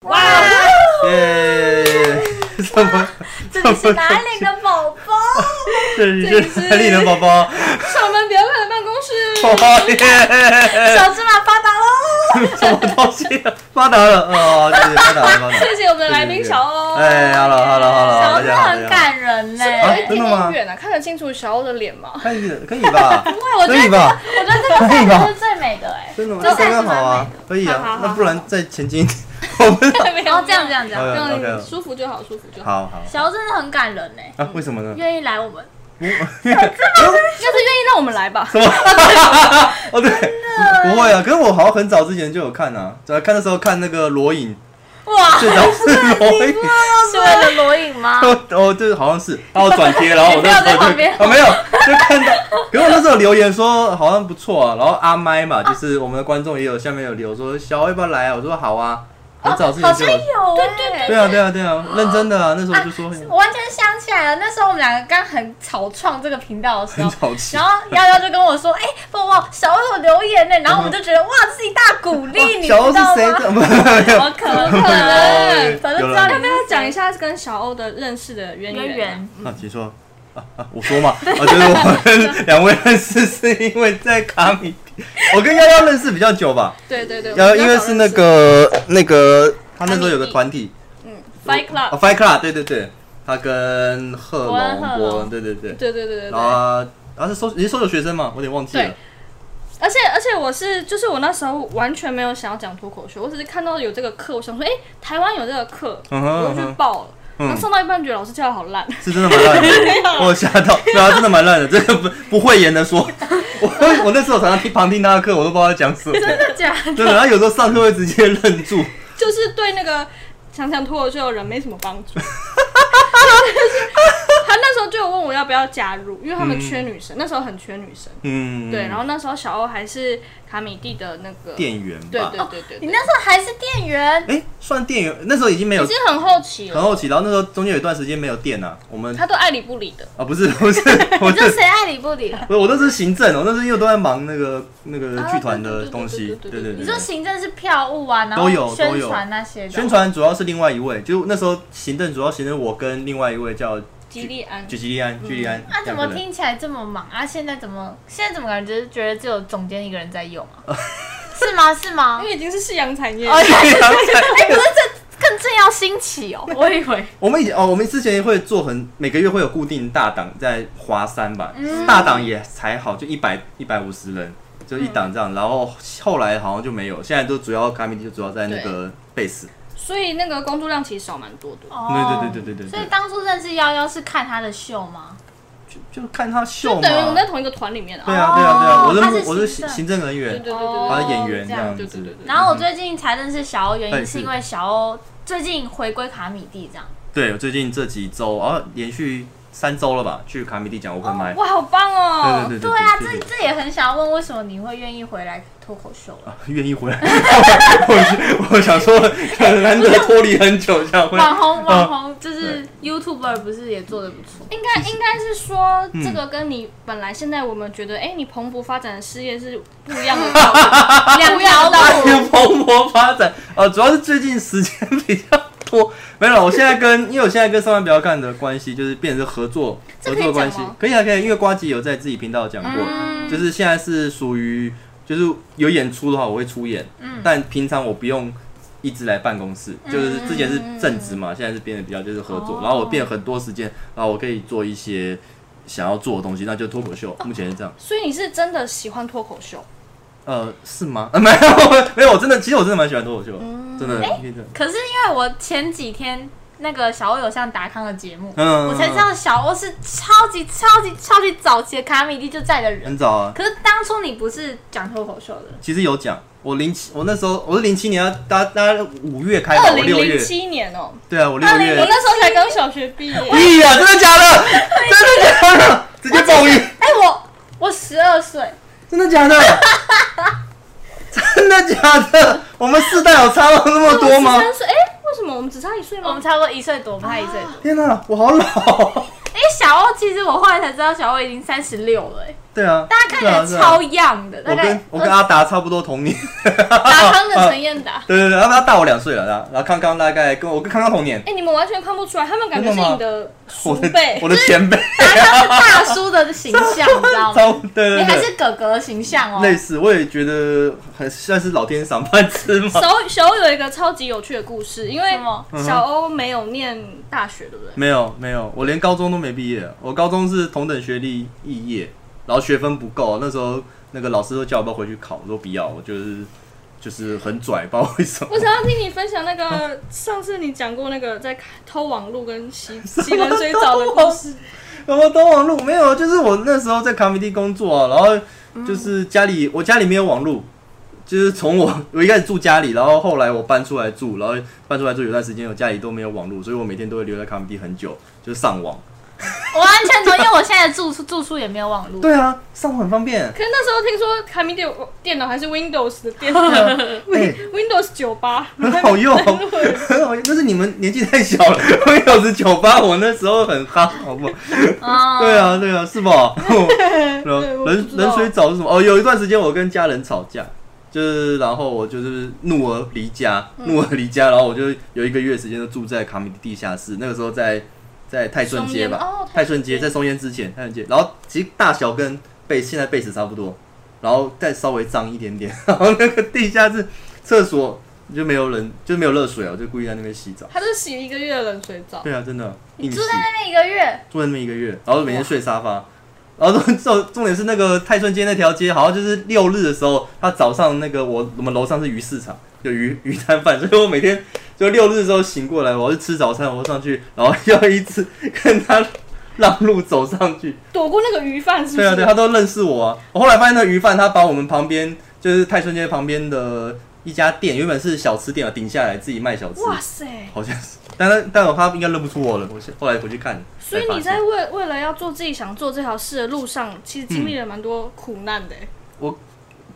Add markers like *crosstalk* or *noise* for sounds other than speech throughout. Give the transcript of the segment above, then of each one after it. *laughs* 哎怎么？这里是哪里的宝 *laughs* 宝？这这里里是是哪里的宝上宝？班不要看的办公 *laughs* 室，宝宝耶！小芝麻发达喽！什么东西？发达了哦，对对，发达了，发达了。谢谢我们的来宾小欧。哎，hello，hello，hello，小欧大真的家好，很大家好。感人哎嘞。啊真的吗离远啊，看得清楚小欧的脸 *laughs* 吗？可以的，可以吧？对，我觉可得以这个，吧？我觉得这个赛可以吧道是最美的哎。真的吗？这那赛刚是刚好完啊，可以好好啊。好那不然再前进一点，我们 *laughs* 没然后哦这样这样这好样，的让呃 OK 你舒服就好，舒服就好。好好小欧真的很感人哎，啊？为什么 *laughs* 呢？愿意来我们。要是愿意让我们 *laughs* 来吧，什么？ *laughs* 哦，对，不会啊。可是我好像很早之前就有看啊，主要看那时候看那个罗影，哇，最早是罗影。是为了罗影 *laughs* 吗？哦，哦，对，好像是，然后转贴，然后我那时候就你啊不要在旁边啊没有，就看到，可是我那时候留言说好像不错啊，然后阿麦嘛，就是我们的观众也有下面有留说小欧要不要来啊，我说好啊，很早之好前就像有，有哎，对对对啊对啊对啊，认真的啊，那时候我就说我完全想起来了，那时候我们两个刚很草创这个频道的时很候，早期然，后幺幺就跟我说：“哎、不不，小欧有留言呢。”然后我们就觉得哇，这是一大鼓励，你知哎哦小道欧是吗？谁？怎么 *laughs* 没怎有么可能？可能早就有知道了你要们不要讲一下跟小欧的认识的渊渊源啊？源。啊，请说。啊啊，我说嘛，我觉得我跟两位认识是因为在卡米蒂，我跟幺幺认识比较久吧，对对对，幺幺我们因比为较是少那认识个那个他那时候有个团体， Fight 啊 Club， ，Fight Club，对对对，他跟贺伯恩龙、贺伯龙恩，对对对，对对对对然后对。啊，然后是收你是收留学生吗？我有点忘记了对。而且而且我是就是我那时候完全没有想要讲脱口秀，我只是看到有这个课，我想说，哎、台湾有这个课，嗯哼我就去报了。嗯然后上到一半觉得老师教的好烂，是真的蛮烂的，我有吓到，对啊，真的蛮烂的，这个不不讳言的说，我我那时候常常听旁听他的课，我都不知道他讲什么，真的假的？对，然后有时候上课会直接愣住，就是对那个想讲脱口秀的人没什么帮 *laughs* 助。他那时候就有问我要不要加入，因为他们缺女生，那时候很缺女生。嗯，对，然后那时候小欧还是卡米蒂的那个，对店员吧，对对对你对，那时候还是店员，哎，算店员，那时候已经没有哦已经很后期很了，好奇，然后那时候中间有一段时间没有电啊，我们他都爱理不理的。啊不是不是我你就是谁爱理不理？不是我那时候行政，哦我那时候因为都在忙那个那个啊剧团对的对对东西，对对对对对对，你对说行政是票务啊，然后都有都宣有传那些的。宣传主要是另外一位，就那时候行政主要行政我跟另外一位叫吉利安举吉利安，举利安。啊，怎两么个人？听起来这么忙啊？现在怎么现在怎么感觉觉得只有总监一个人在用 *laughs* 啊？是吗？是吗因？为已经是夕阳产业了，哦，原来对啊哎、不是这更正要兴起哦， *laughs* 我以为。 *laughs* 我们以前哦，我们之前会做很每个月会有固定大档在华山吧，大档也才好，就一百一百五十人，就一档这样。然后后来好像就没有，现在都主要卡米蒂就主要在那个贝斯。所以那个工作量其实少蛮多的。哦，对对对对对对对所以当初认识幺幺是看他的秀吗？就就看他秀就嘛。等于我们对在同一个团里面啊。啊对啊对啊，哦我他是是我是行政行政人对员对，对他对是演员这哦这样样对对子对。对然后我最近才认识小欧，原哎因是是因为小欧最近回归卡米蒂这样。对，我最近这几周啊，连续三周了吧，去卡米蒂讲 open m 对。哇，好棒哦！对对对对啊，这这也很想要问，为什么你会愿意回来脱口秀了？啊愿意回来， *laughs* 我 *laughs* 我想说，难得脱离很久，这样会网红网红就是 YouTuber 不是也做的不错？应该应该是说，嗯这个跟你本来现在我们觉得，哎、你蓬勃发展的事业是不一样的 *laughs* 道路，两条道大路。有蓬勃发展。呃，主要是最近时间比较多，没有啦，我现在跟因为我现在跟上班比较干的关系，就是变成是合作这合可以作关系讲吗，嗯可以啊可以，因为瓜吉有在自己频道讲过，就是现在是属于就是有演出的话我会出演，嗯但平常我不用。一直来办公室，就是之前是正职嘛，现在是变得比较就是合作，哦然后我变很多时间，然后我可以做一些想要做的东西，那就脱口秀，目前是这样。所以你是真的喜欢脱口秀？呃，是吗？ *laughs* 呃、没有，没有，我真的，其实我真的蛮喜欢脱口秀的，嗯真的，可以这样可是因为我前几天那个小欧有上达康的节目，嗯我才知道小欧是超级超级超级早期的卡米蒂就在的人。很早啊。可是当初你不是讲脱口秀的，其实有讲，我零七，我那时候我是零七年啊，大大概五月开吧，二哎我零六零月，七年哦、对啊，我六我月，那时候才刚小学毕业。咦呀，真的假的？真的假的？直接爆音，哎、我 *laughs* 我十二岁，真的假的？真的假的？我们世代有差到那么多吗啊我？13岁？哎、为什么我们只差一岁吗？我们差不多一岁多，不太一岁多。天哪、我好老！ *laughs* 哎、小欧其实我后来才知道小欧已经三十六了、哎，对啊，大家看起对啊来对啊超样的，大我概跟我跟阿达差不多同年，达康的陈彦达。对对对，他他大我两岁了，然后然后康康大概跟我跟康康同年，哎、你们完全看不出来，他们感觉是真的吗你的我叔的辈 *laughs* 我。的 *laughs* 前辈，他是大叔的形象，你知道吗？ *laughs* 超对对你对，还是哥哥的形象哦。类似，我也觉得很算是老天赏饭吃 *laughs* 嘛。 *laughs* 小小欧有一个超级有趣的故事，因为什么小欧没有念大学，对不对？没有没有，我连高中都没毕业，我高中是同等学历肄业，然后学分不够，那时候那个老师都叫我不要回去考，我说不要，我就是就是很拽，不知道为什么我。想要听你分享那个上次你讲过那个在偷网路跟洗 *laughs* 洗冷水澡的故事。什么都网路没有，啊就是我那时候在 comedy 工作啊，然后就是家里、我家里没有网路，就是从我我一开始住家里，然后后来我搬出来住，然后搬出来住有段时间我家里都没有网路，所以我每天都会留在 comedy 很久，就是上网。我完全同意，因为我现在的住宿住宿也没有网络。对啊，上网很方 *laughs* 便。可是那时候听说卡米电电脑还是 Windows 的电脑 *laughs* 哎，Windows 九八，很好用， *laughs* 很 *laughs* 好用，但是你们年纪太小了。 *laughs* 我有时酒吧，我那时候很夯，好不好？啊对，啊，对啊，是吧？冷我冷不知道冷水澡是什么？哦，有一段时间我跟家人吵架，就是然后我就是怒而离家，怒而离家，然后我就有一个月时间就住在卡米地下室，那个时候在在泰顺街吧，松烟哦泰顺街在松烟之前，泰顺街，然后其实大小跟贝现在贝斯差不多，然后再稍微脏一点点， *laughs* 然后那个地下室厕所就没有人，就没有热水啊，我就故意在那边洗澡。他是洗一个月的冷水澡。对啊，真的，你硬洗住在那边一个月，住在那边一个月，然后每天睡沙发，然后重重点是那个泰顺街那条街，好像就是六日的时候，他早上那个我我们楼上是鱼市场，有鱼 *laughs* 鱼摊贩，所以我每天就六日的时候醒过来，我要去吃早餐，我上去，然后要一直跟他让路走上去，躲过那个鱼贩是不对啊，是？对，他都认识我啊。我后来发现那鱼贩他把我们旁边就是泰顺街旁边的一家店，原本是小吃店啊，顶下来自己卖小吃，哇塞！好像是，但他但我他应该认不出我了，我是后来回去看，所以才发你现在为为了要做自己想做这条事的路上，其实经历了蛮多苦难的欸。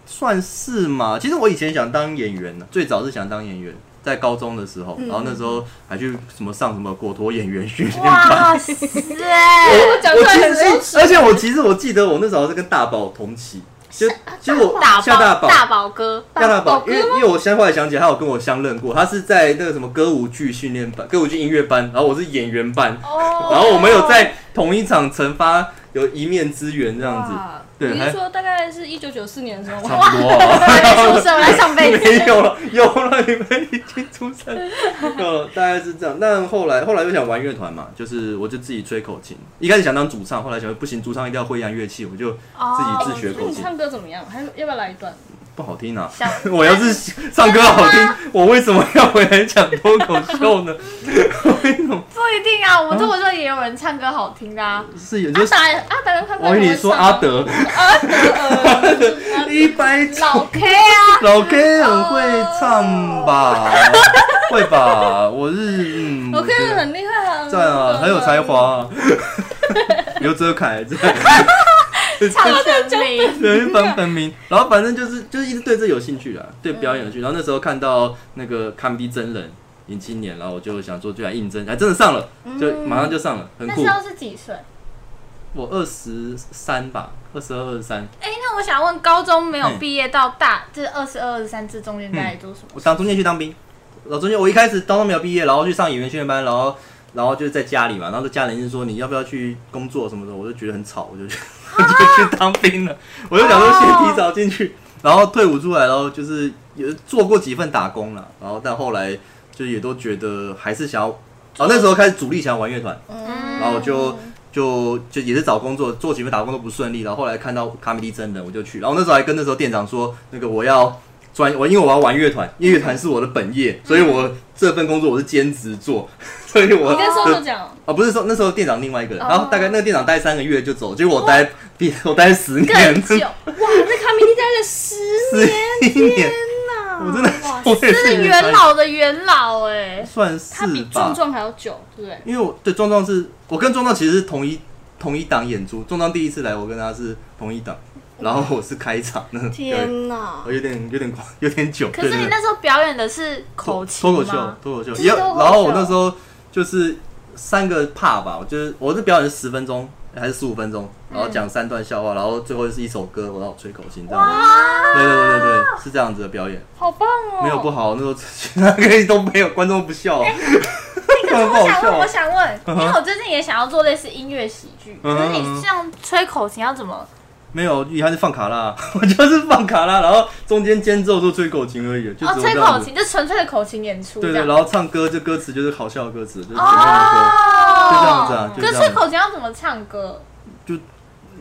算是嘛。其实我以前想当演员呢，最早是想当演员，在高中的时候，然后那时候还去什么上什么果陀演员训练 *laughs* 班。哇塞！我讲出我来其很羞实，耻。而且我其实我记得我那时候是跟大宝同期，就就我大夏大宝宝。大宝哥，夏大宝宝，因哥为因为我现在后来想起来，他有跟我相认过，他是在那个什么歌舞剧训练班、歌舞剧音乐班，然后我是演员班，哦然后我们有在同一场惩罚有一面之缘这样子，哇对你还是说大概是一九九四年的时候差吗？不多啊。还没出生，我在上 *laughs* 辈没子。有了，有了，你们已经出生了，呃，大概是这样。但后来后来又想玩乐团嘛，就是我就自己吹口琴，一开始想当主唱，后来想说不行，主唱一定要会一样乐器，我就哦自己自学那口你琴，唱歌怎么样？还要不要来一段？不好听啊。想 *laughs* 我要是唱歌好听，我为什么要回来讲脱口秀呢？为什么不一定啊，我这我说也有人唱歌好听的啊。是有阿就是？达，阿达跟康康我有跟没有你说，唱阿啊，德阿德呃一百老 K 啊，老 K 很会唱吧？会吧？我是嗯，我我觉看得很厉害 *laughs* 啊，赞啊，很有才华、啊。 *laughs* 刘哲凯，这唱神明。人本本名，然后反正就是就是一直对这有兴趣啊，对表演有兴趣。然后那时候看到那个看 B 真人尹青年，然后我就想说就来应征，还哎真的上了，就马上就上了，很那酷时。候是几岁？我二十三吧，二十二、二十三，哎，那我想问，高中没有嗯毕业到大，就是二十二、二十三这中间在做什么？我当中间去当兵，然后中间我一开始当中没有毕业，然后去上演员训练班，然后。然后就是在家里嘛，然后家人就说你要不要去工作什么的，我就觉得很吵，我就去我就去当兵了。我就想说先提早进去，然后退伍出来，然后就是也做过几份打工了，然后但后来就也都觉得还是想要，哦那时候开始主力想要玩乐团，嗯然后我就就就也是找工作，做几份打工都不顺利，然后后来看到卡米蒂真人，我就去，然后那时候还跟那时候店长说，那个我要专，我因为我要玩乐团，因为乐团是我的本业，所以我这份工作我是兼职做，所以我你跟瘦的瘦讲，哦，不是说那时候店长另外一个人，哦然后大概那个店长待三个月就走，结果我待比我待十年，更久，哇，那卡米蒂待了十十一年，呐，我真的哇，我也这是是元，老的元老哎。算他是比壮吧，壮还要久，对不对？因为我对壮壮是我跟壮壮其实是同一同一档演出，壮壮第一次来我跟他是同一档，然后我是开场， *laughs* 那个 *laughs* 对天哪哦！有点有点夸有点久，可是对你对那对时候表演的是口琴脱口秀吗？脱口秀，是也有脱口秀然后我那时候就是三个 part 吧，我就是我是表演了十分钟，还是十五分钟，嗯然后讲三段笑话，然后最后就是一首歌，然后吹口琴这样子。哇，对对对对对，是这样子的表演，好棒哦！没有不好，那时候那个都没有观众不笑，哎可 *laughs* 是很我好想笑问，我啊。想问，因为我最近也想要做类似音乐喜剧，嗯可哼是你像吹口琴要怎么？没有，他是放卡拉， *laughs* 我就是放卡拉，然后中间间奏就吹口琴而已，就只哦，有吹这口样子。琴就纯粹的口琴演出，对这对，样。然后唱歌，就歌词就是好笑的歌词，就是简单哦，就这样子啊就可这样是吹 *laughs* 口琴要怎么唱歌？的歌，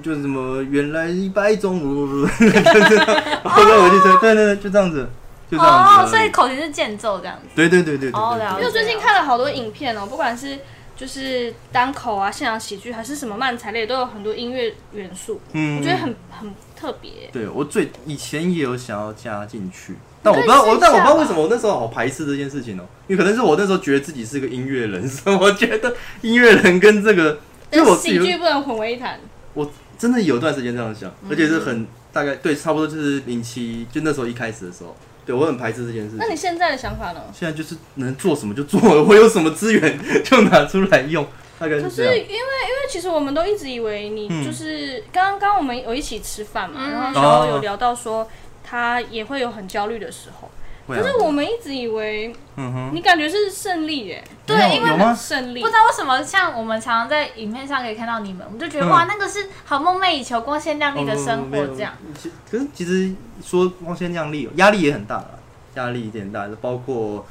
就是什么原来一百种， *laughs* 就是这样然后再回去吹，对对对，就这样子，就这样哦，子所而以已。口琴是间奏这样子。对对对对对哦对了因对为。最近看了好多影片哦，不管是就是单口啊、现场喜剧，还是什么漫才类，都有很多音乐元素，嗯我觉得很很特别。对我最以前也有想要加进去，但我不知道，我但我不知道为什么我那时候好排斥这件事情哦、因为可能是我那时候觉得自己是个音乐人，所以我觉得音乐人跟这个，因为我但自己喜剧有不能混为一谈。我真的有段时间这样想，嗯而且是很大概对，差不多就是零七，就那时候一开始的时候，对我很排斥这件事那你情。现在的想法呢？现在就是能做什么就做，我有什么资源 *laughs* 就拿出来用，大概可是是这因为样。因为其实我们都一直以为你嗯就是刚刚刚我们有一起吃饭嘛，嗯然后哦小欧有聊到说他也会有很焦虑的时候，会啊可是我们一直以为嗯哼，你感觉是胜利耶，对没有因为有吗？胜利不知道为什么，像我们常常在影片上可以看到你们，我们就觉得、嗯哇，那个是好梦寐以求、光鲜亮丽的生没活有这样。。其可是其实说光鲜亮丽，压力也很大啦，压力一点大，包括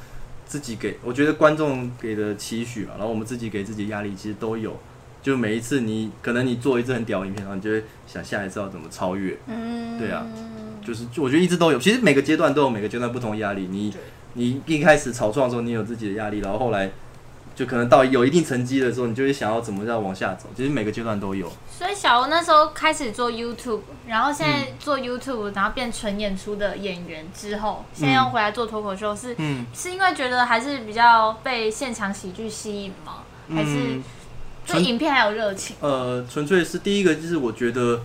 自己给，我觉得观众给的期许嘛，然后我们自己给自己压力，其实都有。就每一次你可能你做一次很屌的影片，然后你就会想下一次要怎么超越，嗯对啊就是就我觉得一直都有。其实每个阶段都有每个阶段不同的压力，你对你一开始草创的时候，你有自己的压力，然后后来。就可能到有一定成绩的时候，你就会想要怎么样往下走。其实每个阶段都有，所以小欧那时候开始做 YouTube，然后现嗯在做 YouTube，然后变纯演出的演员之后，现在又回来做脱口秀，是、嗯，是因为觉得还是比较被现场喜剧吸引吗？还是对嗯纯影片还有热情？呃，纯粹是第一个，就是我觉得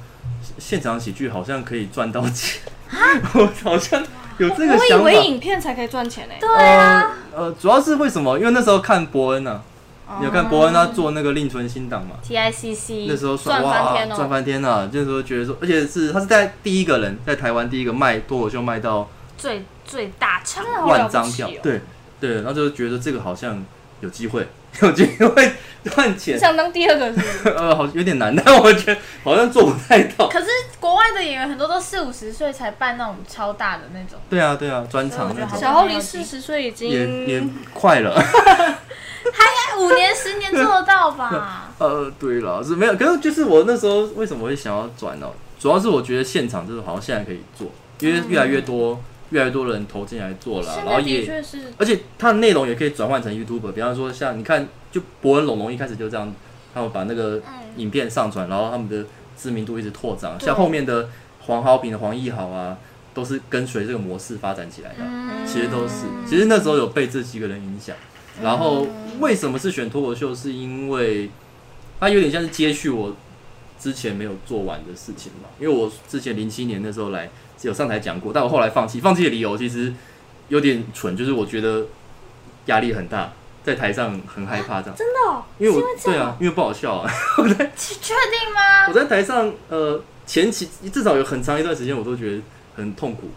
现场喜剧好像可以赚到钱， *laughs* 我好像有这个啊我以想为法。影片才可以赚钱呢。对啊，呃呃，主要是为什么？因为那时候看伯恩啊，哦你有看伯恩他做那个令存新档嘛？ TICC 那时候赚爽哇翻天哦赚翻天啊！那时候觉得说，而且是他是在第一个人在台湾第一个卖脱口秀卖到最最大场，那好万哦了不张起票哦，！对对，然后就觉得这个好像有机会，有机会赚你钱，想当第二个是不是？ *laughs* 呃，好有点难，但我觉得好像做不太到。可是国外的演员很多都四五十岁才办那种超大的那种，对啊对啊，专场那所以我觉得种好。小欧离四十岁已也也经快了。哎，五年十年做得到吧？ *laughs* 呃，对了，是没有，可是就是我那时候为什么会想要转呢、哦主要是我觉得现场这种好像现在可以做，因为越来越多、越来越多人投进来做了，现然后在的也确是而且它的内容也可以转换成 YouTube，比方说像你看，就博恩龙龙一开始就这样，他们把那个嗯，影片上传，然后他们的知名度一直拓展，对像后面的黄豪平的黄奕豪啊，都是跟随这个模式发展起来的。啊嗯其实都 *laughs* 是，其实那时候有被这几个人影响。然后嗯为什么是选脱口秀？是因为它有点像是接续我之前没有做完的事情嘛。因为我之前零七年那时候来有上台讲过，但我后来放弃，放弃的理由其实有点蠢，就是我觉得压力很大，在台上很害怕这样。真的哦，因为我这对样啊，因为不好笑啊。确确定吗我？在台上呃前期至少有很长一段时间，我都觉得很痛苦，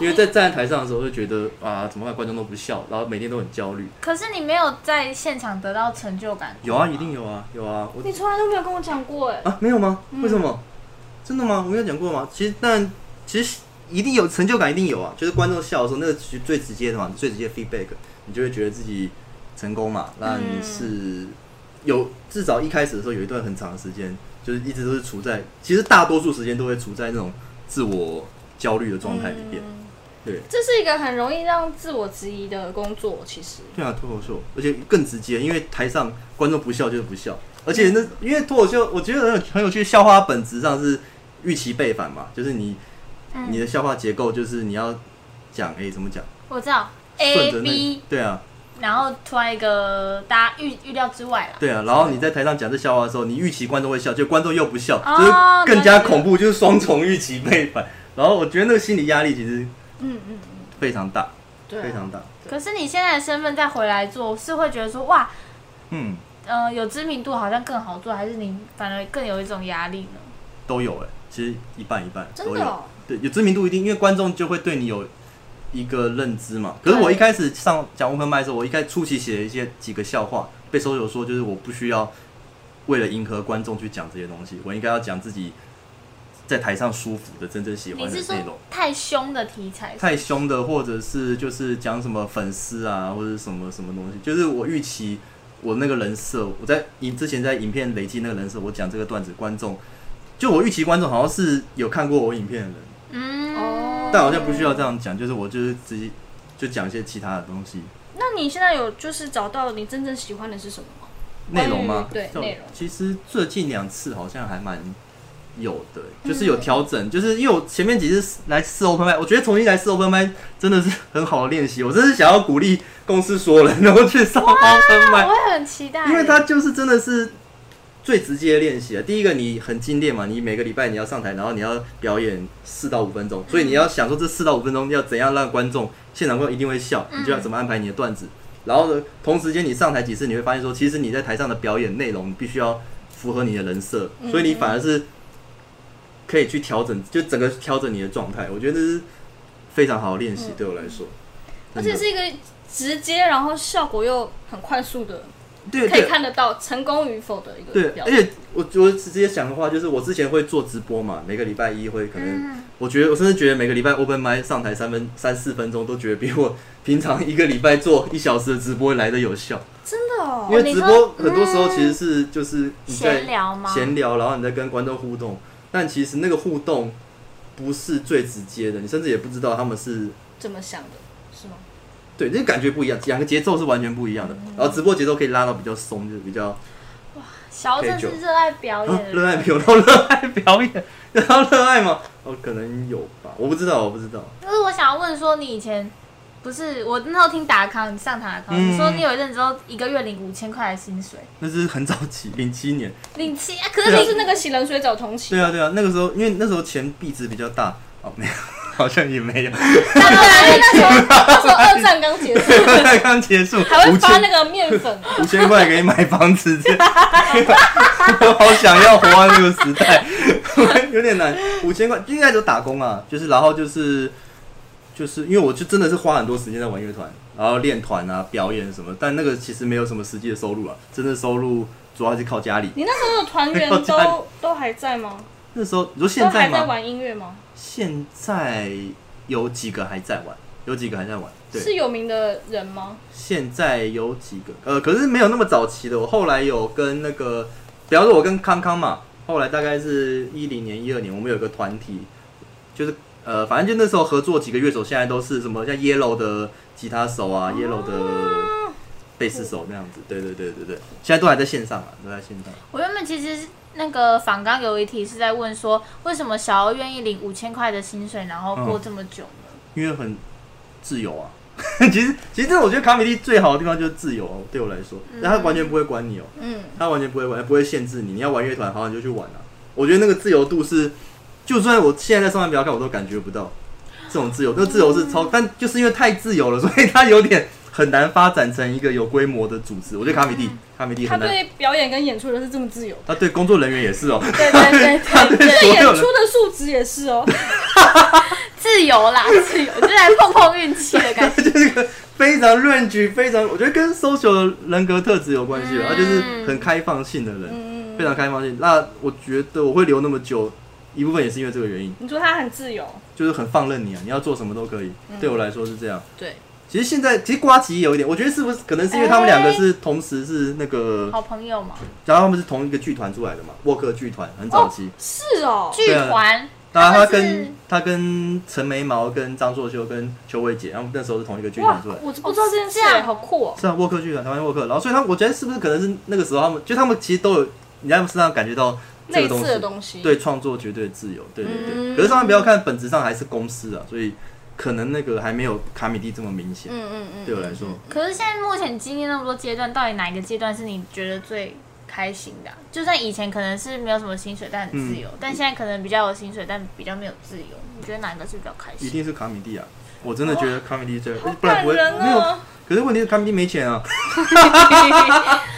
因为在站在台上的时候，就觉得啊，怎么办，观众都不笑，然后每天都很焦虑。可是你没有在现场得到成就感，有啊，一定有啊，有啊，我你从来都没有跟我讲过哎。啊没有吗？为什么？真的吗？我没有讲过吗？其实但其实一定有成就感，一定有啊，就是观众笑的时候，那个是最直接的嘛，最直接的 feedback，你就会觉得自己成功嘛。那你是有至少一开始的时候有一段很长的时间，就是一直都是处在，其实大多数时间都会处在那种自我焦虑的状态里面。嗯对，这是一个很容易让自我质疑的工作，其实。对啊，脱口秀，而且更直接，因为台上观众不笑就是不笑，而且那因为脱口秀，我觉得很有很有趣，笑话本质上是预期背反嘛，就是你嗯你的笑话结构就是你要讲，哎、怎么讲？我知道顺 A 着那 B，，对啊，然后突然一个大家预预料之外了，对啊，然后你在台上讲这笑话的时候，你预期观众会笑，就观众又不笑，哦就是更加恐怖，就是双重预期背反。然后我觉得那个心理压力其实嗯嗯，非常大，对啊非常大。可是你现在的身份再回来做，是会觉得说哇，嗯，呃有知名度好像更好做，还是你反而更有一种压力呢？都有哎、其实一半一半真都的有。哦，对，有知名度一定，因为观众就会对你有一个认知嘛。可是我一开始上讲 open mic 的时候，我一开始初期写了一些几个笑话，被收友说就是我不需要为了迎合观众去讲这些东西，我应该要讲自己在台上舒服的、真正喜欢你的是内容说。太凶的题材？太凶的，或者是就是讲什么粉丝啊，或者是什么什么东西，就是我预期我那个人设，我在影之前在影片累积那个人设，我讲这个段子，观众就我预期观众好像是有看过我影片的人，嗯，哦但好像不需要这样讲，就是我就是直接就讲一些其他的东西那你现在有就是找到你真正喜欢的是什么吗？内容吗？关于对就内容其实最近两次好像还蛮有的，就是有调整，就是因为我前面几次来试 open m i 我觉得重新来试 open m i 真的是很好的练习。我真是想要鼓励公司所有人能够去上 open m 我 i 会很期待，因为它就是真的是。最直接的练习啊，第一个你很精炼嘛，你每个礼拜你要上台，然后你要表演四到五分钟，嗯所以你要想说这四到五分钟要怎样让观众现场观众一定会笑，你就要怎么安排你的段子。然后呢，同时间你上台几次，你会发现说，其实你在台上的表演内容你必须要符合你的人设，嗯所以你反而是可以去调整，就整个调整你的状态。我觉得这是非常好的练习，对我来说。嗯而真的且是一个直接，然后效果又很快速的，对啊可以对看得到成功与否的一个对，表而现。且我我直接想的话，就是我之前会做直播嘛，每个礼拜一会可能，嗯我觉得我甚至觉得每个礼拜 open m i 上台三分三四分钟，都觉得比我平常一个礼拜做一小时的直播来的有效。真的因哦，为直播很多时候其实是就是你在嗯闲聊吗？闲聊，然后你在跟观众互动，但其实那个互动不是最直接的，你甚至也不知道他们是怎么想的？是吗？对，那个感觉不一样，两个节奏是完全不一样的。嗯然后直播节奏可以拉到比较松，就是比较小郑是热爱表演啊的人，热爱有到 *laughs* 热爱表演，有到热爱吗？哦，可能有吧，我不知道，我不知道。可是我想要问说，你以前不是我那时候听打康，你上打康，嗯你说你有一阵子都一个月领五千块的薪水，那是很早期，零七年。领七、啊，可是对啊就你是那个洗冷水澡同期，对啊，对啊，那个时候因为那时候钱币值比较大，哦，没有， *laughs* 好像也没有， *laughs* 当然，因为那时候那时候二战刚结束，刚结束， *laughs* 还五会发千那个面粉，五千块可以买房子，这 *laughs* 样我好想要活在这个时代， *laughs* 有点难。五千块应该就打工啊，就是然后就是就是因为我就真的是花很多时间在玩乐团，然后练团啊、表演什么，但那个其实没有什么实际的收入啊，真正收入主要是靠家里。你那时候的团 *laughs* 员没有家里都都还在吗？那时候你说都现在还在吗？玩音乐吗？现在有几个还在玩，有几个还在玩，对。是有名的人吗？现在有几个，呃，可是没有那么早期的。我后来有跟那个，比方说我跟康康嘛，后来大概是一零年、一二年，我们有一个团体，就是呃，反正就那时候合作几个乐手，现在都是什么像 Yellow 的吉他手啊、y e l l o w 的贝斯手那样子。对对对对对，现在都还在线上啊，都在线上。我原本其实那个访刚有一题是在问说，为什么小欧愿意领五千块的薪水，然后过这么久呢？因为很自由啊。 *laughs* 其实，其实这我觉得卡米蒂最好的地方就是自由哦、对我来说，但他完全不会管你哦、嗯，他完全不会玩，不会限制你。你要玩乐团，好你就去玩啊。我觉得那个自由度是，就算我现在在上班表看，我都感觉不到这种自由。那自由嗯是超，但就是因为太自由了，所以它有点很难发展成一个有规模的组织。我觉得卡米蒂，卡米蒂嗯他很难。对表演跟演出都是这么自由。他对工作人员也是哦、对对对 *laughs* 他 *laughs* 对，对啊所演有出人的数值也 *laughs* 是哦，自由啦，自由，就来碰碰运气的感觉。 *laughs* 就是个非常 range，非常我觉得跟 social 的人格特质有关系吧。他就是很开放性的人，嗯，非常开放性。那我觉得我会留那么久，一部分也是因为这个原因。你说他很自由，就是很放任你啊，你要做什么都可以。对我来说是这样。嗯对，其实现在其实瓜吉也有一点，我觉得是不是可能是因为他们两个是同时是那哎个，好朋友嘛，然后他们是同一个剧团出来的嘛，沃克剧团很早期。是哦，剧啊团，然后他他们是跟他跟陈眉毛、跟张硕修、跟邱薇姐，他们那时候是同一个剧哇团出来，的。我不知道这件事哦这欸，样好酷哦，是啊，沃克剧团，台湾沃克。然后所以他们，我觉得是不是可能是那个时候他们，就他们其实都有你在他们身上感觉到这类个东似西，的东西，对创作绝对自由，对对对。嗯可是上面不要看，本质上还是公司啊，所以可能那个还没有卡米蒂这么明显。嗯，嗯嗯对我来说，可是现在目前经历那么多阶段，到底哪一个阶段是你觉得最开心的啊、就算以前可能是没有什么薪水，但很自由，嗯但现在可能比较有薪水，但比较没有自由。你觉得哪一个是比较开一心？定是卡米蒂啊！我真的觉得卡米蒂最，好不然感不会人没有。哦，可是问题是卡米蒂没钱啊， *laughs*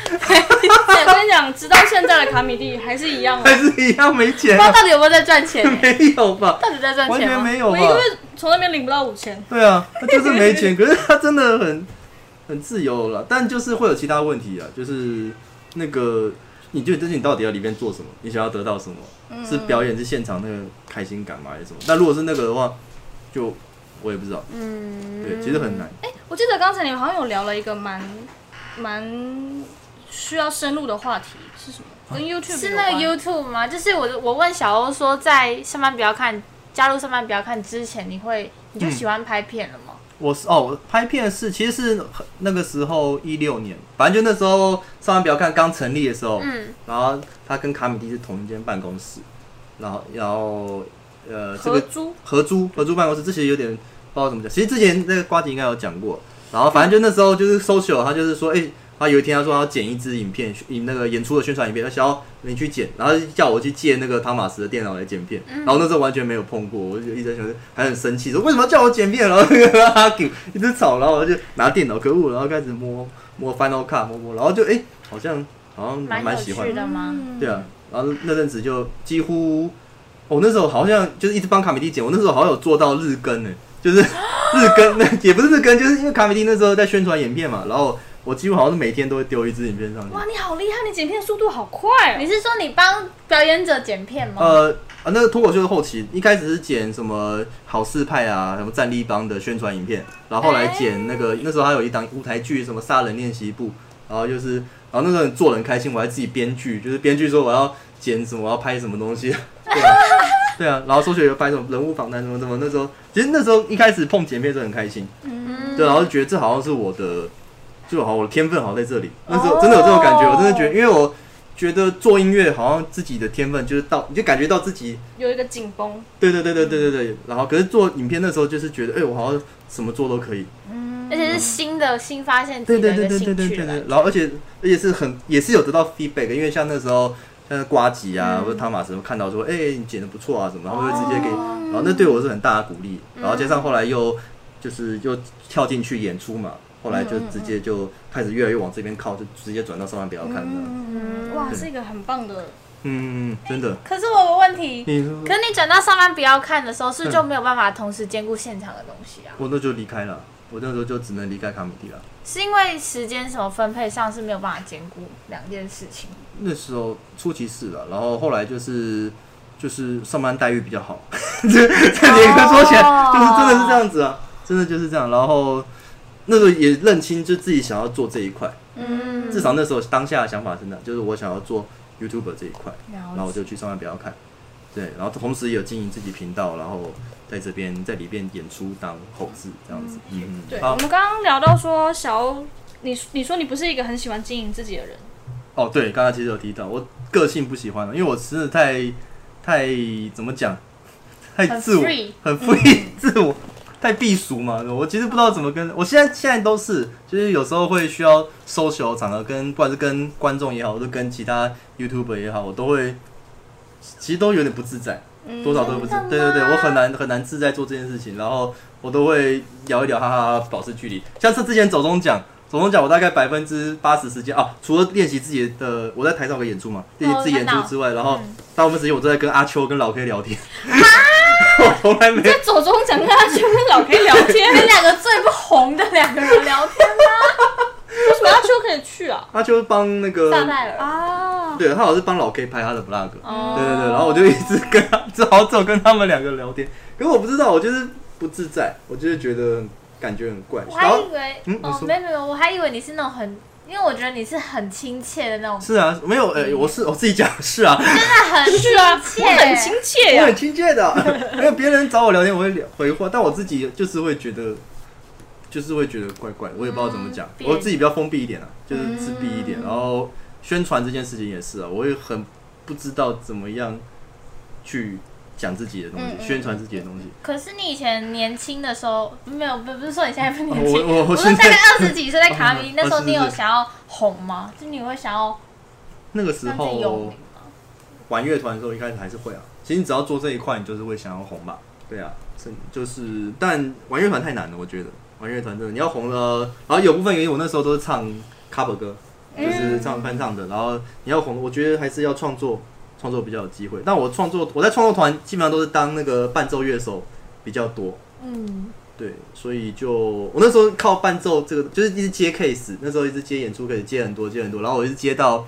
对，我跟你讲，直到现在的卡米蒂还是一 *laughs* 样还的。是一样没钱不知道啊？到底有没有在赚钱、欸没有吧？到底在赚完钱全吗？没有我吧一？个月从那边领不到五千，对啊，他就是没钱， *laughs* 可是他真的很很自由了，但就是会有其他问题啊，就是那个你觉得你到底要里面做什么？你想要得到什么？嗯是表演是现场那个开心感吗？还是什么？但如果是那个的话，就我也不知道，嗯，对，其实很难。我记得刚才你好像有聊了一个蛮蛮需要深入的话题，是什么？啊跟 YouTube 是有那个关 YouTube 吗？就是我我问小欧说，在上班不要看，加入上班不要看之前，你会你就喜欢拍片了吗？我是哦，我拍片是其实是很那个时候一六年，反正就那时候上班不要看刚成立的时候，嗯，然后他跟卡米蒂是同一间办公室，然后然后呃这合个租，合租合租办公室，这其实有点不知道怎么讲。其实之前那个瓜吉应该有讲过，然后反正就那时候就是 social，他就是说，哎、他有一天他说他要剪一支影片，影那个演出的宣传影片，他想要你去剪，然后就叫我去借那个汤马斯的电脑来剪嗯片，然后那时候完全没有碰过，我就一直在想，还很生气，说为什么要叫我剪片，然后那个阿 Q 一直吵，然后我就拿电脑可恶，然后开始摸摸 Final Cut 摸摸，然后就哎、好像好像蛮蛮有喜欢趣的吗？嗯对啊，然后那阵子就几乎，我、那时候好像就是一直帮卡米蒂剪，我那时候好像有做到日更呢，欸就是日更，那也不是日更，就是因为卡米蒂那时候在宣传影片嘛，然后我几乎好像是每天都会丢一支影片上去。哇，你好厉害，你剪片速度好快、你哦。是说你帮表演者剪片吗？呃啊，那个脱口秀的后期一开始是剪什么好事派啊，什么战力帮的宣传影片，然后后来剪那个、那时候还有一档舞台剧什么杀人练习部，然后就是然后那时候很做人开心，我还自己编剧，就是编剧说我要剪什么，我要拍什么东西，对啊，对啊，然后搜学有拍什么人物访谈什么什么，那时候其实那时候一开始碰剪片的时候很开心，嗯对，然后就觉得这好像是我的，就好像我的天分好像在这里。那时候真的有这种感觉，哦我真的觉得，因为我觉得做音乐好像自己的天分就是到，你就感觉到自己，有一个紧绷，对对对对对对对。然后可是做影片那时候就是觉得，哎、我好像什么做都可以。而且是新的新发现自对己的对一对个对兴对对趣对对了。。然后而且而且是很也是有得到 feedback，因为像那时候。像是瓜吉啊，嗯或者汤马斯看到说，哎、你剪的不错啊什么，然后就直接给，哦然后那对我是很大的鼓励。然后加嗯上后来又就是又跳进去演出嘛，后来嗯就直接就开始越来越往这边靠，就直接转到上班不要看了。嗯，哇，是一个很棒的。嗯，真的，可是我有个问题，你说可是你转到上班不要看的时候，是不是嗯就没有办法同时兼顾现场的东西啊？我那就离开了，我那时候就只能离开卡米蒂了。是因为时间什么分配上是没有办法兼顾两件事情。那时候初期是了，然后后来就是就是上班待遇比较好， *laughs* 这这严格说起来哦就是真的是这样子啊，真的就是这样。然后那时候也认清，就自己想要做这一块，嗯，至少那时候当下的想法是那样，就是我想要做 YouTuber 这一块。然后了我解。就去上班不要看，对，然后同时也有经营自己频道，然后在这边在里边演出当后置这样子，嗯，对，我好们刚刚聊到说小欧，你你说你不是一个很喜欢经营自己的人， *laughs* 哦对，刚才其实有提到我个性不喜欢，因为我真的太太怎么讲，太很自我 free，嗯很 free，自 *laughs* 我太避俗嘛，我其实不知道怎么跟，我现在现在都是，就是有时候会需要 social 场合跟，不管是跟观众也好，或者跟其他 YouTuber 也好，我都会，其实都有点不自在。嗯多少都不是真的，吗对对对，我很难很难自在做这件事情，然后我都会聊一聊，哈哈哈，保持距离。像是之前走中奖，走中奖我大概百分之八十时间啊，除了练习自己的，我在台上有个演出哦嘛，练习自己演出之外，然后嗯大部分时间我都在跟阿秋跟老 K 聊 *laughs* 天， *laughs* 我从来没有在左中讲跟他去跟老 K 聊天，你们两个最不红的两个人聊天吗？为什么要去可以去啊？阿秋帮那个，大戴尔，啊，对他好像是帮老 K 拍他的 vlog，哦对对对，然后我就一直跟 *laughs* 他，只好只有跟他们两个聊天，可是我不知道，我就是不自在，我就是觉得感觉很怪，我然还后以为嗯你哦，说没有没有，我还以为你是那种很，因为我觉得你是很亲切的那种，是啊，没有，呃、我是我自己讲是啊，真的很是啊，亲我切，很亲切我呀很。亲切的，没有别人找我聊天，我会聊回话，但我自己就是会觉得，就是会觉得怪怪，我也不知道怎么讲，别人我自己比较封闭一点啊，就是自闭一点，然后宣传这件事情也是啊，我也很不知道怎么样去讲自己的东西，嗯嗯宣传自己的东西。可是你以前年轻的时候，没有不不是说你现在不哦年轻，我我嗯我我说现大概在二十几岁在卡米，哦那时候你是有是是想要红吗？就你会想要那个时让自己有候名吗？玩乐团的时候，一开始还是会啊，其实你只要做这一块，你就是会想要红吧？对啊，是就是，但玩乐团太难了，我觉得玩乐团真的你要红了，然后有部分原因我那时候都是唱 cover 歌，就是唱翻唱的。然后你要红，我觉得还是要创作，创作比较有机会。但我创作，我在创作团基本上都是当那个伴奏乐手比较多。嗯，对，所以就我那时候靠伴奏这个，就是一直接 case，那时候一直接演出 case，接很多接很多，然后我一直接到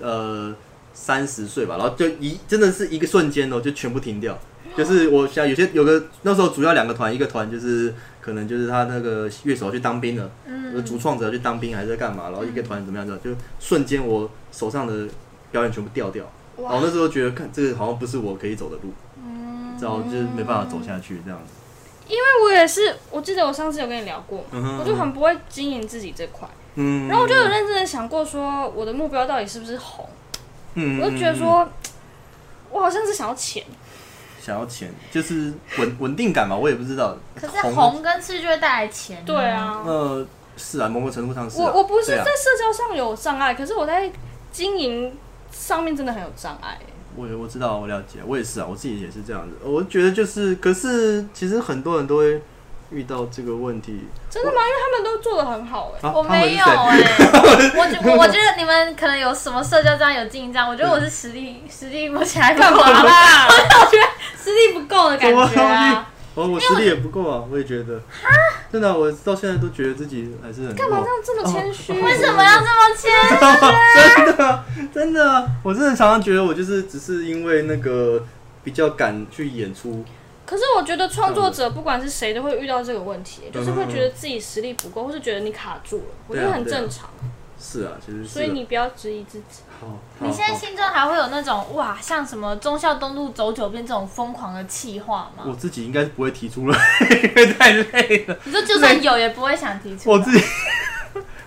呃三十岁吧，然后就一真的是一个瞬间哦，就全部停掉。就是我想有些有个那时候主要两个团，一个团就是可能就是他那个乐手去当兵了，嗯，主创者去当兵还是在干嘛，然后一个团怎么样的，就瞬间我手上的表演全部掉掉，然后那时候觉得看这个好像不是我可以走的路，嗯，然后就是没办法走下去这样子，因为我也是，我记得我上次有跟你聊过嘛，嗯哼我就很不会经营自己这块，嗯，然后我就有认真的想过说，我的目标到底是不是红？嗯嗯我就觉得说，我好像是想要钱，想要钱，就是稳稳定感嘛，我也不知道。可是红跟赤就会带来钱。对，啊，呃，是啊，某个程度上是、啊。我我不是对在啊，社交上有障碍，可是我在经营上面真的很有障碍。我我知道，我了解，我也是啊，我自己也是这样子。我觉得就是，可是其实很多人都会遇到这个问题真的吗？因为他们都做的很好哎、 *laughs* 啊。我他们没是有谁哎、我觉我我觉得你们可能有什么社交这样有竞争，我觉得我是实力实力目前还不啊干够嘛啦？我觉得实力不够的感觉 *laughs* 什么哦啊。我我实力也不够啊，我也觉得。真的啊、我到现在都觉得自己还是很干嘛弱这样这么谦虚？为什么要这么谦？ *laughs* 真的真的啊，我真的常常觉得我就是只是因为那个比较敢去演出，可是我觉得创作者不管是谁都会遇到这个问题，就是会觉得自己实力不够，或是觉得你卡住了，我觉得很正常。是啊，其实啊是啊、所以你不要质疑自己。好，好你现在好心中还会有那种哇，像什么忠孝东路走九遍这种疯狂的气话吗我？自己应该是不会提出来， *laughs* 因为太累了。你说就算有，也不会想提出 *laughs* 我来。自己，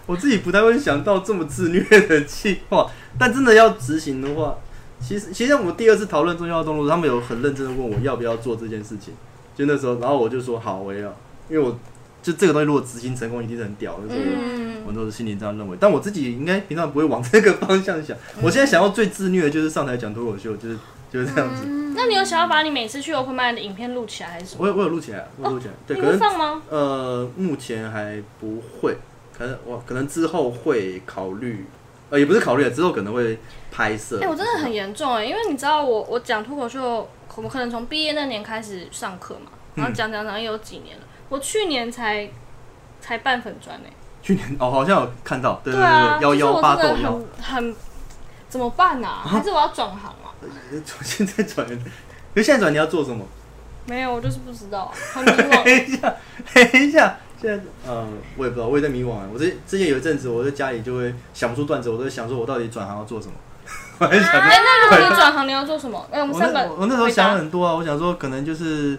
我自己不太会想到这么自虐的计划，但真的要执行的话，其实其实我们第二次讨论中药动路，他们有很认真的问我要不要做这件事情，就那时候，然后我就说好，我也要，因为我就这个东西如果执行成功，一定是很屌的。就是嗯，我都是心里这样认为，但我自己应该平常不会往这个方向想。我现在想要最自虐的就是上台讲脱口秀，就是就是这样子。那你有想要把你每次去 open mic 的影片录起来还是什么？我有我有录起来，啊我有录起来。对，你可能会放吗？呃，目前还不会，可能我可能之后会考虑，呃，也不是考虑啊，之后可能会拍摄。哎、我真的很严重哎、因为你知道我我讲脱口秀，我们可能从毕业那年开始上课嘛，嗯然后讲讲讲也有几年了，我去年才才办粉砖哎、去年哦，好像有看到，对对啊，对，幺就是幺我八真的豆幺，很很怎么办啊？还是我要转行啊？呃从现在转，可是现在转你要做什么？没 *laughs* 有，我就是不知道啊，很迷惘。等一下，等一下，现在呃，我也不知道，我也在迷惘啊。我之之前有一阵子，我在家里就会想不出段子，我都在想说我到底转行要做什么。我还想哎、那如果你转行，你要做什么？哎、我们我三那本我我那时候回答想很多啊，我想说可能就是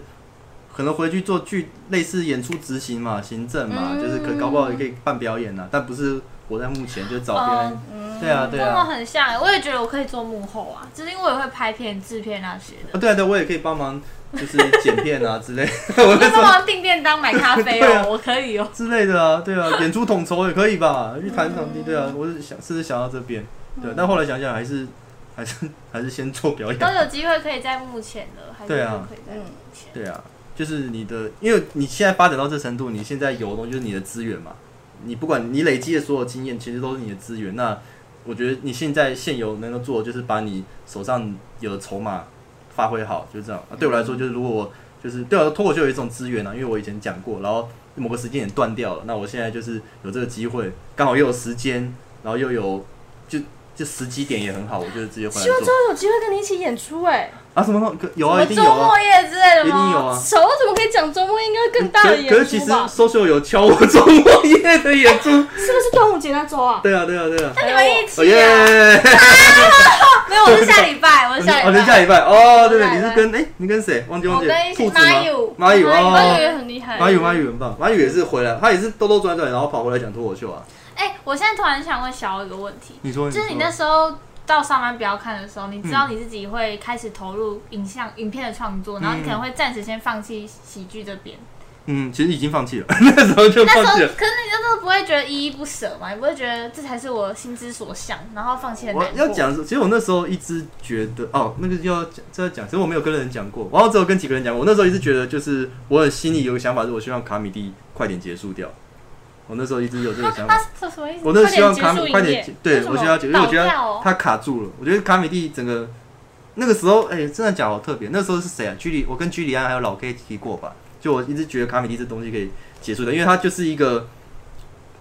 可能回去做剧类似演出执行嘛、行政嘛，嗯就是可搞不好也可以办表演呐、啊但不是我在目前就找别哦人，嗯对啊对跟我啊，很像、欸，我也觉得我可以做幕后啊，就是因为我也会拍片、制片那些的 *laughs* 啊。对啊对，我也可以帮忙就是剪片啊之类 *laughs* 的，我你在会帮说忙订便当、买咖啡对啊哦，我可以哦。 *laughs* 之类的啊，对啊，演出统筹也可以吧，去谈场地，对嗯啊，我是想是想到这边，对啊，但后来想想还是还是还是先做表演都，有机会可以在幕前的，还是对啊可以在幕前。对啊，就是你的，因为你现在发展到这程度，你现在有的东西就是你的资源嘛。你不管你累积的所有经验，其实都是你的资源。那我觉得你现在现有能够做，的就是把你手上有的筹码发挥好，就这样。啊对我来说，就是如果我就是对我来说脱口秀有一种资源啊，因为我以前讲过，然后某个时间点断掉了，那我现在就是有这个机会，刚好又有时间，然后又有就就时机点也很好，我就直接回来希望之做后有机会跟你一起演出哎、啊。什么？有啊，什么一定有周末啊，夜之类的一吗？定有啊。手怎么可以讲周末？应该更大的演可可是其出实吧？ social 有敲我周末夜的演出。 *laughs* 是不是端午节那周啊？对啊，对啊， *laughs* 对啊。那你们一起哦耶！啊？哦，没有，我是下礼拜，我是下你礼下拜。礼拜哦，对下对，礼你拜是跟哎，你跟谁？忘记忘记我跟一了，起兔子吗？马友马友马友哦，也很厉害，马友马友很棒，马友也是回来，他也是兜兜转转，然后跑回来讲脱口秀啊。哎、我现在突然想问小欧一个问题，你说，就是你那时候到上班不要看的时候，你知道嗯你自己会开始投入影像、影片的创作，然后你可能会暂时先放弃喜剧这边。嗯，其实已经放弃了， *laughs* 那时候就那时放候，弃了。可是你那时候不会觉得依依不舍嘛？你不会觉得这才是我心之所向，然后放弃很我难过要讲的是，其实我那时候一直觉得，哦，那个就要讲，这要讲，其实我没有跟人讲过，然后只有跟几个人讲过。我那时候一直觉得，就是我心里有个想法，是我希望卡米蒂快点结束掉。我那时候一直有这个想啊那法。是什么意思？我那时候希望卡快米点结束营快点业结，对为什我么希望结束，因为我觉倒掉哦得他卡住了。我觉得卡米蒂整个那个时候，哎、真的讲好特别。那时候是谁啊？居里，我跟居里安还有老 K 提过吧？就我一直觉得卡米蒂这东西可以结束的，因为他就是一个，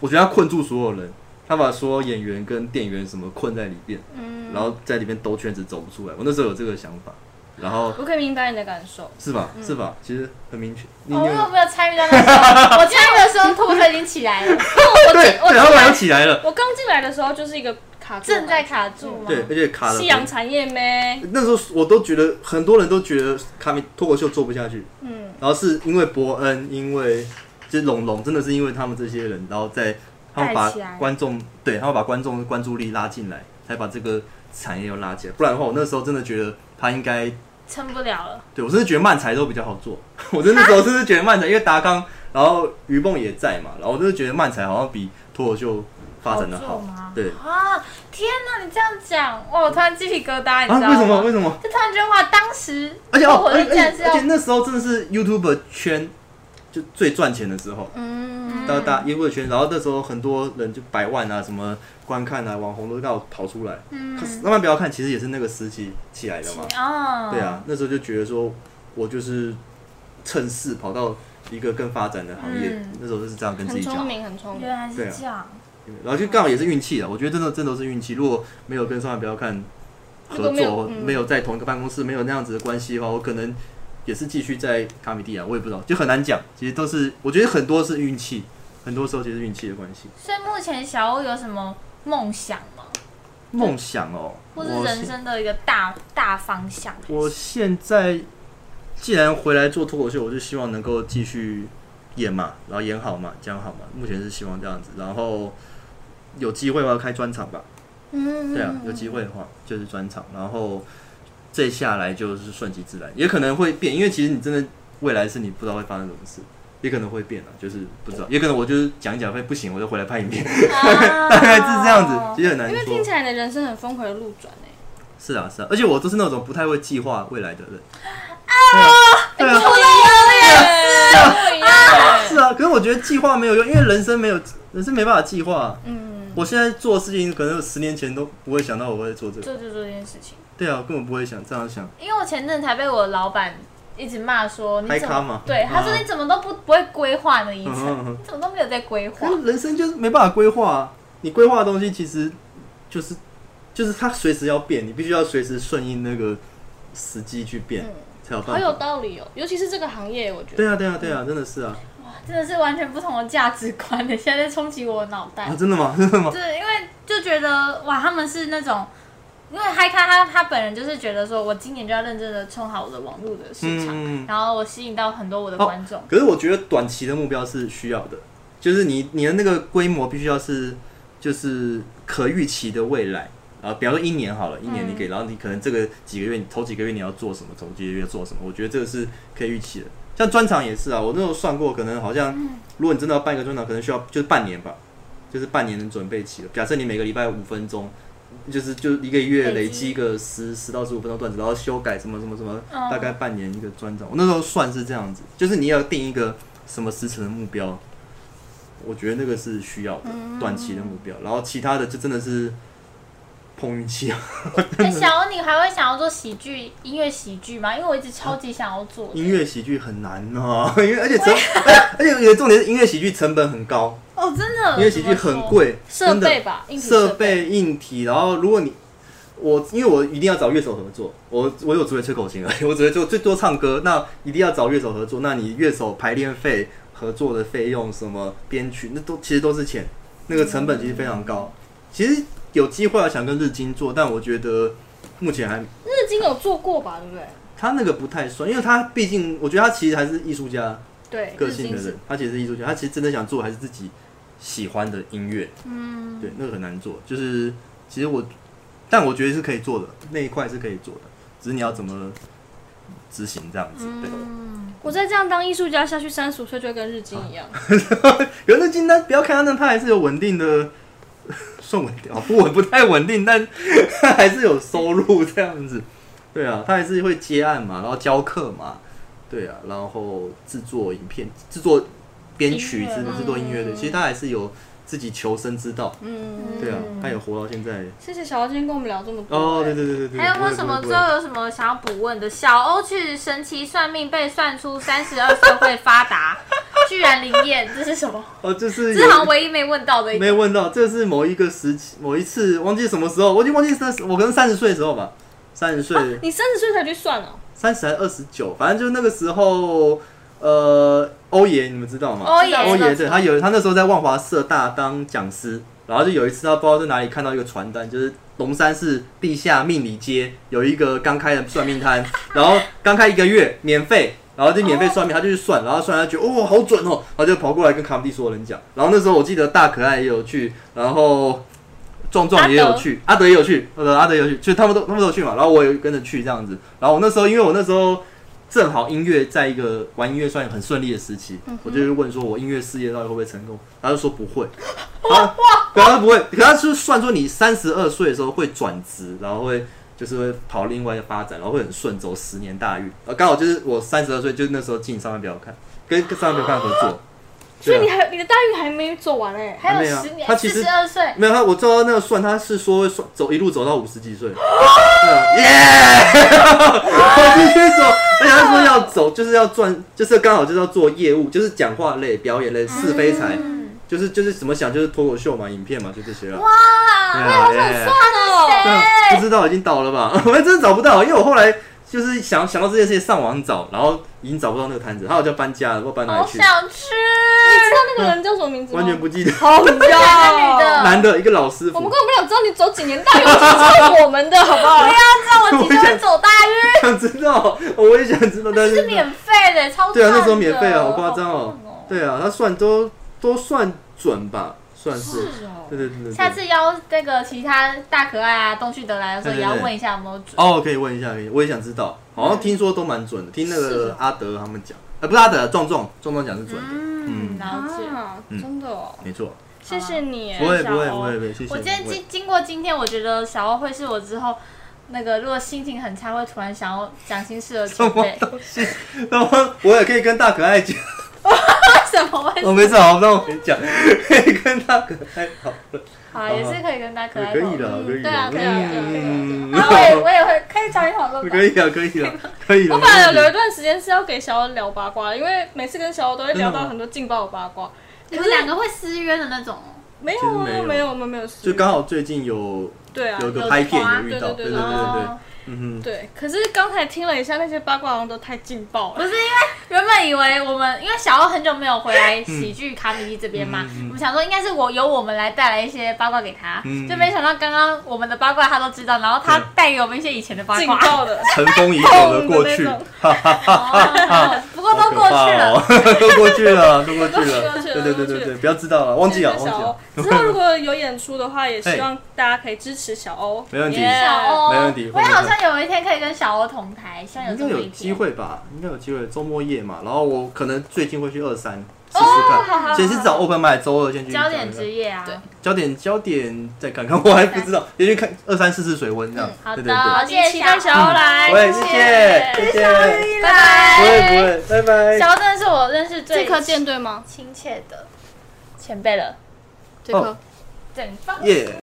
我觉得他困住所有人，他把所有演员跟店员什么困在里面，嗯，然后在里面兜圈子走不出来。我那时候有这个想法，然后我可以明白你的感受。是吧？是吧？其实很明确，你哦你我有有没有参与到那时候？我参与的时候，兔子已经起来了，对我哦对，他晚上起来了，我刚进来的时候就是一个卡住，正在卡住吗？对，而且卡了夕阳产业咩？那时候我都觉得，很多人都觉得卡米脱口秀做不下去，嗯，然后是因为伯恩，因为就是龙龙，真的是因为他们这些人，然后在他们把带起来观众对他们把观众的关注力拉进来，才把这个产业又拉起来。不然的话，我那时候真的觉得他应该，撑不了了。对我真的觉得漫才都比较好做。 *laughs* 我真的那时候真的觉得漫才，因为达康，然后于梦也在嘛，然后我真的觉得漫才好像比脱口秀发展的好好做吗。对啊！天哪，你这样讲，哇，我突然鸡皮疙瘩，你啊，知道吗？为什么？为什么？就突然觉得哇，当时而且我哦，火而车且站是而要且那时候真的是 YouTube 圈就最赚钱的时候，嗯，到大 YouTube 圈，然后那时候很多人就百万啊，什么观看啊，网红都刚好跑出来。嗯可是慢慢不要看，其实也是那个时期起来的嘛。哦，对，啊，那时候就觉得说，我就是趁势跑到一个更发展的行业，嗯那时候就是这样跟自很己聪讲。明，很聪明原。来对是啊这样。然后就刚好也是运气啊，我觉得真的真的都是运气。如果没有跟上海不要看如合果没有作，嗯没有在同一个办公室，没有那样子的关系的话，我可能也是继续在卡米蒂啊，我也不知道，就很难讲。其实都是我觉得很多是运气，很多时候其实是运气的关系。所以目前小欧有什么梦想吗？梦想哦，或我是人现生的一个大大方向？我现在既然回来做脱口秀，我就希望能够继续演嘛，然后演好嘛，讲好嘛，目前是希望这样子。然后有机会我要开专场吧。嗯，对啊，有机会的话就是专场，然后再下来就是顺其自然，也可能会变，因为其实你真的未来是你不知道会发生什么事，也可能会变啊，就是不知道，也可能我就是讲一讲会不行，我就回来拍影片，大概是这样子，其实很难因为听说。起来你的人生很峰回路转哎，是啊，是啊，而且我都是那种不太会计划未来的人。对啊，对不啊，不一样哎，是啊，可是我觉得计划没有用，因为人生没有，人生没办法计划啊。嗯，我现在做的事情，可能有十年前都不会想到我会做这个。做就做这件事情。对啊，根本不会想这样想。因为我前阵才被我老板一直骂说，你嗨怎咖么嘛对嗯他说你怎么都不不会规划呢？以前嗯哼嗯哼你怎么都没有在规划 *laughs* 可？是人生就是没办法规划、啊，你规划的东西其实就是就是它随时要变，你必须要随时顺应那个时机去变，嗯才有好办有法。道理哦，尤其是这个行业，我觉得对啊，对啊，对啊，真的是啊真的是完全不同的价值观的，现在在冲击我的脑哎袋啊，。真的吗？真的 *laughs* 吗？对，因为就觉得哇，他们是那种，因为嗨咖他他本人就是觉得说，我今年就要认真的冲好我的网络的市场，嗯然后我吸引到很多我的哦观众。可是我觉得短期的目标是需要的，就是你你的那个规模必须要是就是可预期的未来啊，比方说一年好了，一年你嗯给，然后你可能这个几个月，你头几个月你要做什么，头几个月做什么，我觉得这个是可以预期的。像专场也是啊，我那时候算过，可能好像嗯如果你真的要办一个专场，可能需要就是半年吧，就是半年的准备期了。假设你每个礼拜五分钟。就是就一个月累累积积个十十到十五分钟段子，然后修改什么什么什么，嗯大概半年一个专场。我那时候算是这样子，就是你要定一个什么时程的目标，我觉得那个是需要的，短期的目标。然后其他的就真的是碰运气啊。 *laughs* 那小欧，你还会想要做喜剧、音乐喜剧吗？因为我一直超级想要做的。音乐喜剧很难哦，因为而且成，而且而且重点是音乐喜剧成本很高，哦，真呃的，音乐喜剧很贵，设真的备吧，硬体设设备硬体，然后如果你我因为我一定要找乐手合作，我我有只会吹口琴而已，我 *laughs* 只会做最多唱歌，那一定要找乐手合作，那你乐手排练费、合作的费用、什么编曲，那都其实都是钱，那个成本其实非常高。嗯其实有机会啊想跟日经做，但我觉得目前还日经有做过吧，对不对？他那个不太算，因为他毕竟我觉得他其实还是艺术家，对，个日性经的是人，他其实是艺术家，他其实真的想做还是自己喜欢的音乐，嗯，对，那个很难做。就是其实我，但我觉得是可以做的，那一块是可以做的，只是你要怎么执行这样子。对，我再这样当艺术家下去，三十五岁就会跟日经一样。啊有的金丹不要看他那，他还是有稳定的， *laughs* 算稳定啊，不稳不太稳定，但 *laughs* 他还是有收入这样子。对啊，他还是会接案嘛，然后教课嘛，对啊，然后制作影片、制作编曲音乐甚至是做音乐的，其实他还是有自己求生之道。嗯，对啊嗯，他也活到现在。谢谢小欧今天跟我们聊这么多、哦，哎对对对对对。还有不没会有什么不最会不会后有什么想要补问的？小欧去神奇算命被算出三十二岁会发达，居然灵验，这是什么？哦，就是这是好像有唯一没问到的一个。没有问到，这是某一个时期，某一次忘记什么时候，我已经忘记三十，我可能三十岁的时候吧，三十哦岁你三十岁才去算哦、三十还二十九，反正就是那个时候，呃，欧爷你们知道吗？欧爷欧爷，哦知对道他有他那时候在万华社大当讲师，然后就有一次他不知道在哪里看到一个传单，就是龙山市地下命理街有一个刚开的算 *laughs* 命摊，然后刚开一个月免费。然后就免费算命，他就去算，然后算他觉得哦好准哦，然后就跑过来跟卡姆蒂说人讲。然后那时候我记得大可爱也有去，然后壮壮也有去，阿德也有去，呃，阿德也有去，就他们都他们都有去嘛，然后我也跟着去这样子。然后我那时候，因为我那时候正好音乐在一个玩音乐算很顺利的时期，嗯我就问说我音乐事业到底会不会成功，他就说不 *laughs* 会，啊，对，他不会，可他是算说你三十二岁的时候会转职，然后会。就是会跑另外一个发展，然后会很顺，走十年大运。呃，刚好就是我三十二岁，就是那时候进上班表看，跟跟上班表看合作。所以对啊你还你的待遇还没走完哎、还有没有十年，他四其实十二岁，没有他，我知道那个算他是说算走一路走到五十几 *laughs* 岁，对啊，耶，我继续走，而且他说要走就是要赚，就是刚好就是要做业务，就是讲话类、表演类、是非才，嗯，就是就是怎么想就是脱口秀嘛、影片嘛，就这些了。哇，对那啊，耶哦，对欸啊不知道已经倒了吧？ *laughs* 我们真的找不到，因为我后来就是想想到这件事情上网找，然后已经找不到那个摊子，他好像搬家了，不知道搬哪好里去，想吃，你知道那个人叫什么名字吗？完全不记得。好呀，女的 *laughs* 男的一个老师我傅，们根本不想知道你走几年大运，只是我们的好不好？那我几岁会走大运？ *laughs* 想知道，我也想知道，但是免费的，超对啊，赞那时候免的费啊，好夸张好哦棒。对啊，他算都都算准吧，算是。对对对对。下次邀那个其他大可爱啊、东旭德来的时候，也要对对对问一下有没有准。哦，可以问一下，可以，我也想知道，好像听说都蛮准的，听那是个哦阿德他们讲，呃，不是阿德，壮壮，壮壮讲是准的，嗯，嗯了解。啊，嗯真的哦，没错。谢谢你哎，不会小不会欧不会不会，谢谢。我今天不会经经过今天，我觉得小欧会是我之后那个如果心情很差，会突然想要讲心事的前辈。然后 *laughs* 我也可以跟大可爱讲，哦为什么会？我没事，好，那我没讲，可以跟大可爱好了，好，也是可以跟大可爱哦可讨以论。的，可以对啊的，可以啊可以啊可以啊嗯，那我也我也会可以找你讨论吧可。以啊，可以啊， *laughs* 可以的。 *laughs* 我本来有没问题留一段时间是要给小欧聊八卦，因为每次跟小欧都会聊到很多劲爆的八卦。你们两个会私约的那种哦。没有其实啊，没有没有，我们没有事。就刚好最近有对啊，有有个拍片花有遇到，对对对对对对对哦，嗯哼，对。可是刚才听了一下，那些八卦好像都太劲爆不 *laughs* 了。是因为原本以为我们，因为小欧很久没有回来喜剧卡米蒂这边嘛，我们想说应该是我由我们来带来一些八卦给他，嗯就没想到刚刚我们的八卦他都知道，然后他对带给我们一些以前的八劲卦，爆的，尘封已久的过痛的去，那种哈哈哈哦 *laughs* 不过都过去了。好可怕哦， *laughs* 都过去了，都过去了，都过去了对对对都过去对了对，不要知道了，忘记了，忘谢记谢小了 *laughs* 欧，。之后如果有演出的话，也希望大家可以支持小欧。没问题 Yeah 小欧，没问题我也好像有一天可以跟小欧同台，希望有应这该么有一机天。会吧，应该有机会，周末夜嘛，然后我可能最近会去二三试哦，试好好看，，先是找 open mic，周二先去焦找点一下职业啊。对焦点焦点再看看，我还不知 *laughs* 道，先去看二三试试水温这样嗯，好的对对对，谢谢期待小欧来，喂，谢谢谢谢，拜拜。不会不会，拜拜。哦小欧真的是我认识最这科舰队吗？亲切的前辈了，这科。整方。耶。